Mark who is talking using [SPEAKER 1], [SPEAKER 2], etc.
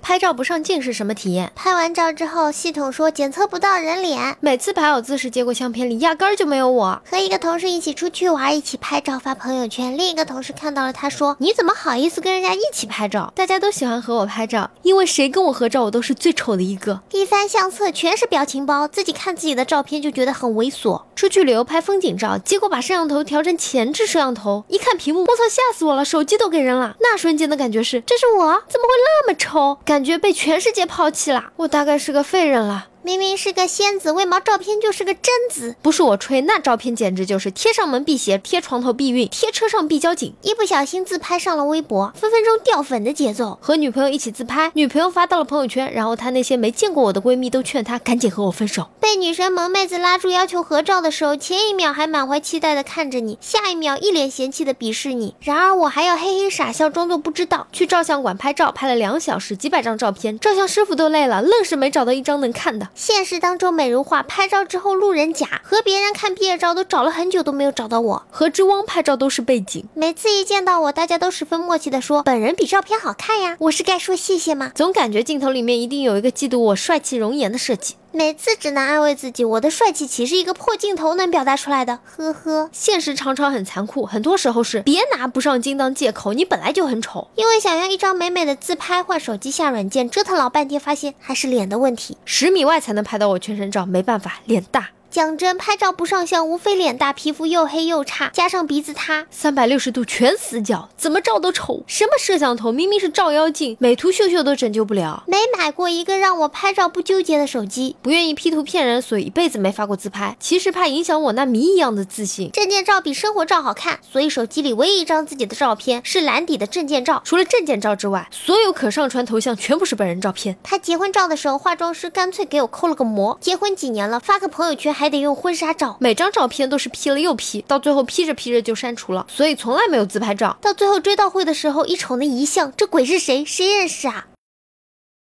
[SPEAKER 1] 拍照不上镜是什么体验？
[SPEAKER 2] 拍完照之后，系统说检测不到人脸。
[SPEAKER 1] 每次排好姿势，结果相片里压根儿就没有我。
[SPEAKER 2] 和一个同事一起出去玩，一起拍照发朋友圈，另一个同事看到了，他说：“你怎么好意思跟人家一起拍照
[SPEAKER 1] 大家都喜欢和我拍照，因为谁跟我合照，我都是最丑的一个。？”
[SPEAKER 2] 一翻相册全是表情包，自己看自己的照片就觉得很猥琐。
[SPEAKER 1] 出去旅游拍风景照，结果把摄像头调成前置摄像头，一看屏幕，我操，吓死我了！手机都给扔了。那瞬间的感觉是，这是我，怎么会那么丑？感觉被全世界抛弃啦！我大概是个废人了。
[SPEAKER 2] 明明是个仙子，为毛照片就是个贞子？
[SPEAKER 1] 不是我吹，那照片简直就是贴上门辟邪，贴床头避孕，贴车上避交警。
[SPEAKER 2] 一不小心自拍上了微博，分分钟掉粉的节奏。
[SPEAKER 1] 和女朋友一起自拍，女朋友发到了朋友圈，然后她那些没见过我的闺蜜都劝她赶紧和我分手。
[SPEAKER 2] 被女神萌妹子拉住要求合照的时候，前一秒还满怀期待的看着你，下一秒一脸嫌弃的鄙视你。然而我还要嘿嘿傻笑，装作不知道。
[SPEAKER 1] 去照相馆拍照，拍了两小时，几百张照片，照相师傅都累了，愣是没找到一张能看的。
[SPEAKER 2] 现实当中，美如画拍照之后路人甲，和别人看毕业照都找了很久都没有找到我。
[SPEAKER 1] 和之汪拍照都是背景，
[SPEAKER 2] 每次一见到我，大家都十分默契的说：“本人比照片好看呀。”我是该说谢谢吗？
[SPEAKER 1] 总感觉镜头里面一定有一个嫉妒我帅气容颜的设计。
[SPEAKER 2] 每次只能安慰自己，我的帅气岂是一个破镜头能表达出来的？呵呵。
[SPEAKER 1] 现实常常很残酷，很多时候是别拿不上镜当借口，你本来就很丑。
[SPEAKER 2] 因为想要一张美美的自拍，换手机下软件，折腾老半天，发现还是脸的问题。
[SPEAKER 1] 十米外才能拍到我全身照，没办法，脸大。
[SPEAKER 2] 讲真，拍照不上相，无非脸大，皮肤又黑又差，加上鼻子塌。
[SPEAKER 1] 三百六十度全死角，怎么照都丑。什么摄像头，明明是照妖镜，美图秀秀都拯救不了。
[SPEAKER 2] 没买过一个让我拍照不纠结的手机。
[SPEAKER 1] 不愿意 P 图骗人，所以一辈子没发过自拍。其实怕影响我那谜一样的自信。
[SPEAKER 2] 证件照比生活照好看，所以手机里唯一一张自己的照片是蓝底的证件照。
[SPEAKER 1] 除了证件照之外，所有可上传头像全部是本人照片。
[SPEAKER 2] 拍结婚照的时候，化妆师干脆给我抠了个膜。结婚几年了，发个朋友圈还得用婚纱照，
[SPEAKER 1] 每张照片都是 P 了又 P，到最后 P 着 P 着就删除了，所以从来没有自拍照。
[SPEAKER 2] 到最后追悼会的时候，一瞅那遗像，这鬼是谁？谁认识啊？